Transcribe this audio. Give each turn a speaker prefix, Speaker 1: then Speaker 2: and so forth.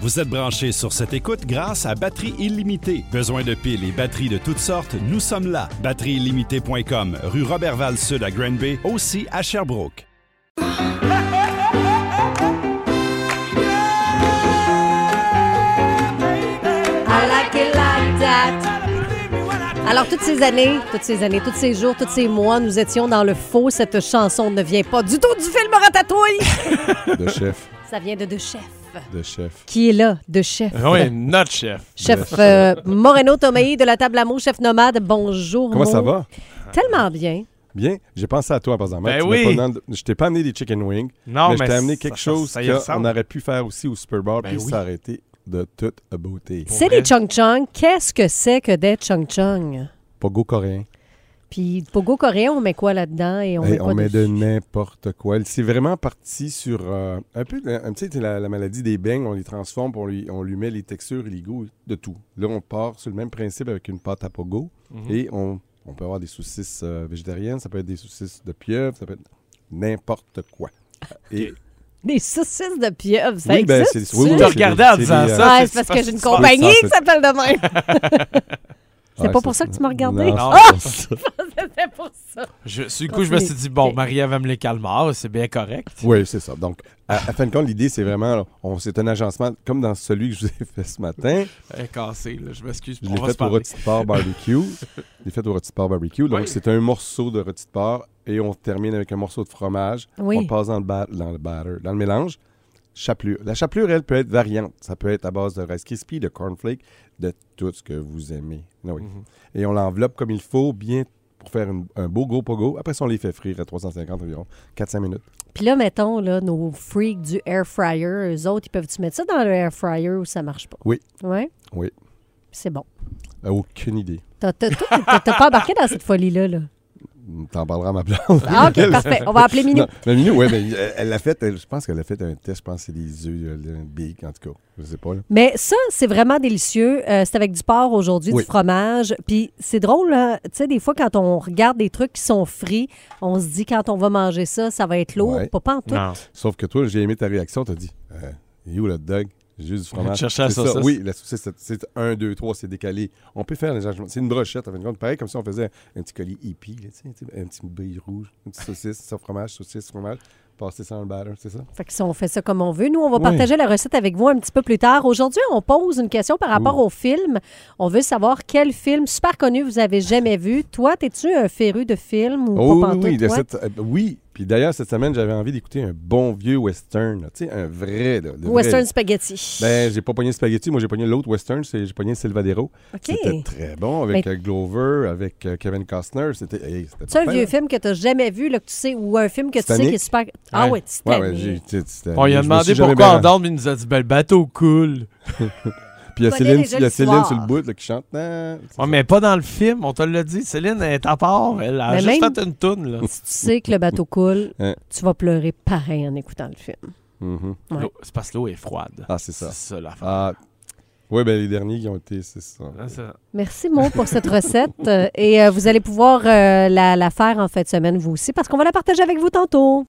Speaker 1: Vous êtes branchés sur cette écoute grâce à Batterie illimitée. Besoin de piles et batteries de toutes sortes, nous sommes là. Batterieillimitée.com, rue Roberval Sud à Granby, aussi à Sherbrooke.
Speaker 2: I like it like that. Alors, toutes ces années, toutes ces années, tous ces jours, tous ces mois, nous étions dans le faux. Cette chanson ne vient pas du tout du film Ratatouille.
Speaker 3: De chef.
Speaker 2: Ça vient de De Chef.
Speaker 3: De chef.
Speaker 2: Qui est là, De Chef?
Speaker 3: Euh,
Speaker 4: Ah Oui, notre chef.
Speaker 2: Chef euh, Moreno Tomei de la table à mots, chef nomade, bonjour.
Speaker 3: Comment ça
Speaker 2: Mo.
Speaker 3: va?
Speaker 2: Tellement bien.
Speaker 3: Bien. J'ai pensé à toi, par exemple.
Speaker 4: Ben
Speaker 3: Tu m'as
Speaker 4: oui.
Speaker 3: pas demandé- Je t'ai pas amené des chicken wings,
Speaker 4: Non,
Speaker 3: mais je t'ai
Speaker 4: mais
Speaker 3: amené
Speaker 4: ça-
Speaker 3: quelque
Speaker 4: ça-
Speaker 3: chose
Speaker 4: ça y ressemble.
Speaker 3: qu'on aurait pu faire aussi au Super Bowl,
Speaker 4: Ben
Speaker 3: puis
Speaker 4: oui.
Speaker 3: s'arrêter de toute beauté.
Speaker 2: C'est
Speaker 4: vrai?
Speaker 2: des Chung Chung. Qu'est-ce que c'est que des Chung Chung?
Speaker 3: Pogo coréen.
Speaker 2: Puis, pogo coréen, on met quoi là-dedans? Et on
Speaker 3: Hey,
Speaker 2: met, quoi
Speaker 3: on met
Speaker 2: dessus?
Speaker 3: de n'importe quoi. C'est vraiment parti sur euh, un peu, un petit, la, la maladie des beignes, on les transforme, puis on lui, on lui met les textures et les goûts de tout. Là, on part sur le même principe avec une pâte à pogo
Speaker 4: Mhm.
Speaker 3: et on, on peut avoir des saucisses euh, végétariennes, ça peut être des saucisses de pieuvre, ça peut être n'importe quoi. Et,
Speaker 2: Des saucisses de pieuvre, ça Ah,
Speaker 3: Oui, ben,
Speaker 2: existe?
Speaker 3: c'est- oui, oui,
Speaker 4: Tu
Speaker 3: c'est
Speaker 4: regardais
Speaker 3: des-
Speaker 4: en
Speaker 3: c'est
Speaker 4: disant
Speaker 3: des, euh,
Speaker 4: ça.
Speaker 2: Ouais,
Speaker 4: c'est-
Speaker 2: c'est parce
Speaker 4: c'est
Speaker 2: que
Speaker 4: parce
Speaker 2: j'ai une
Speaker 4: que tu parles-
Speaker 2: compagnie
Speaker 3: ça,
Speaker 2: qui
Speaker 3: c'est-
Speaker 2: s'appelle de même. C'est
Speaker 3: Ouais,
Speaker 2: pas pour ça que tu m'as regardé? Ah!
Speaker 3: Non,
Speaker 4: Non,
Speaker 3: c'est pas ça.
Speaker 2: C'était pour ça.
Speaker 4: Je, sur le coup, je me suis dit, bon, Marie-Ève aime les calmars, c'est bien correct.
Speaker 3: Oui, c'est ça. Donc, à, à fin de compte, l'idée, c'est vraiment, là, on- c'est un agencement comme dans celui que je vous ai fait ce matin.
Speaker 4: Elle est cassée, là, je m'excuse.
Speaker 3: Je
Speaker 4: on
Speaker 3: l'ai
Speaker 4: va se
Speaker 3: fait au
Speaker 4: parler.
Speaker 3: rôti de porc barbecue. Je l'ai fait au rôti de porc barbecue. Donc,
Speaker 4: Oui.
Speaker 3: c'est un morceau de rôti de porc et on termine avec un morceau de fromage.
Speaker 2: Oui.
Speaker 3: On le passe dans le, ba- dans le batter, dans le mélange. Chapelure. La chapelure, elle peut être variante. Ça peut être à base de Rice Krispies, de cornflakes, de tout ce que vous aimez. Ah oui.
Speaker 4: Mhm.
Speaker 3: Et on l'enveloppe comme il faut, bien pour faire une- un beau gros pogo. Après ça, on les fait frire à 350 environ, 4-5 minutes.
Speaker 2: Puis là, mettons, là, nos freaks du air fryer, eux autres, ils peuvent-tu mettre ça dans le air fryer ou ça marche pas?
Speaker 3: Oui.
Speaker 2: Ouais?
Speaker 3: Oui.
Speaker 2: C'est bon.
Speaker 3: Euh, aucune idée.
Speaker 2: T'as t'as- toi, t'as- t'as pas embarqué dans cette folie-là, là.
Speaker 3: T'en parleras à ma blonde.
Speaker 2: Ah, OK, parfait. On va appeler Minou.
Speaker 3: Non, mais Minou, ouais, ben, elle- elle l'a fait. elle- je pense qu'elle a fait un test. Je pense que c'est des œufs, euh, un big, en tout cas. Je sais pas. Là.
Speaker 2: Mais ça, c'est vraiment délicieux. Euh, c'est avec du porc aujourd'hui,
Speaker 3: Oui.
Speaker 2: du fromage. Puis c'est drôle, hein? tu sais, des fois, quand on regarde des trucs qui sont frits, on se dit, quand on va manger ça, ça va être lourd.
Speaker 3: Ouais.
Speaker 2: Pas, pas en tout.
Speaker 4: Non.
Speaker 3: Sauf que toi, j'ai aimé ta réaction. T'as dit, euh, il est où le dog? J'ai juste du fromage.
Speaker 4: Tu cherchais la
Speaker 3: C'est
Speaker 4: saucisse.
Speaker 3: Oui, la saucisse, c'est- c'est 1, 2, 3, c'est décalé. On peut faire un arrangement. C'est une brochette, en fin de compte. Pareil comme si on faisait un petit colis hippie, là, tu sais, tu sais, un petit bille rouge, une petite saucisse, ça fromage, saucisse, fromage, passer ça dans le batter, c'est ça?
Speaker 2: Fait que si on fait ça comme on veut, nous, on va
Speaker 3: Oui.
Speaker 2: partager la recette avec vous un petit peu plus tard. Aujourd'hui, on pose une question par rapport au film. On veut savoir quel film super connu vous avez jamais vu. Toi, t'es-tu un féru de film ou
Speaker 3: Oh
Speaker 2: pas
Speaker 3: oui,
Speaker 2: pantoute,
Speaker 3: oui, de
Speaker 2: toi?
Speaker 3: cette- euh, oui. Puis d'ailleurs, cette semaine, j'avais envie d'écouter un bon vieux western, là, tu sais, un vrai. là, le vrai,
Speaker 2: Western
Speaker 3: là.
Speaker 2: Spaghetti.
Speaker 3: Ben, j'ai pas pogné Spaghetti, moi j'ai pogné l'autre western, c'est- j'ai pogné Silvadero.
Speaker 2: OK.
Speaker 3: C'était très bon avec
Speaker 2: Mais-
Speaker 3: euh, Glover, avec euh, Kevin Costner, c'était hey, c'était
Speaker 2: C'est un
Speaker 3: parfait, hein.
Speaker 2: vieux
Speaker 3: là.
Speaker 2: film que t'as jamais vu, là, que tu sais, ou un film que tu sais
Speaker 3: Titanic.
Speaker 2: qui est super... Ah
Speaker 4: Ouais.
Speaker 2: ouais,
Speaker 3: Ouais,
Speaker 2: Titanic.
Speaker 3: ouais, j'ai- tu sais, c'était-
Speaker 4: On lui
Speaker 3: je
Speaker 4: a
Speaker 3: me suis
Speaker 4: demandé
Speaker 3: jamais
Speaker 4: pourquoi
Speaker 3: bien-
Speaker 4: on dort, mais il nous a dit, ben, le bateau coule.
Speaker 3: Puis il y a
Speaker 2: connais
Speaker 3: Céline,
Speaker 2: déjà
Speaker 3: il y a Céline
Speaker 2: l'histoire.
Speaker 3: sur le bout là, qui chante. Ah, c'est
Speaker 4: Ouais, mais pas dans le film, on te l'a dit. Céline elle est à part, elle a
Speaker 2: Mais
Speaker 4: juste
Speaker 2: même-
Speaker 4: fait une toune, là.
Speaker 2: Si tu sais que le bateau coule,
Speaker 3: Hein.
Speaker 2: tu vas pleurer pareil en écoutant le film.
Speaker 3: ça. Mhm.
Speaker 2: Ouais.
Speaker 4: L'eau- C'est parce que l'eau est froide.
Speaker 3: Ah, c'est ça.
Speaker 4: C'est ça, la fin.
Speaker 3: Ah. Oui, ben les derniers qui ont été, c'est ça.
Speaker 4: Ah,
Speaker 2: Merci, Mo, pour cette recette. Euh, Et euh, vous allez pouvoir euh, la, la faire en fin de semaine, vous aussi, parce qu'on va la partager avec vous tantôt.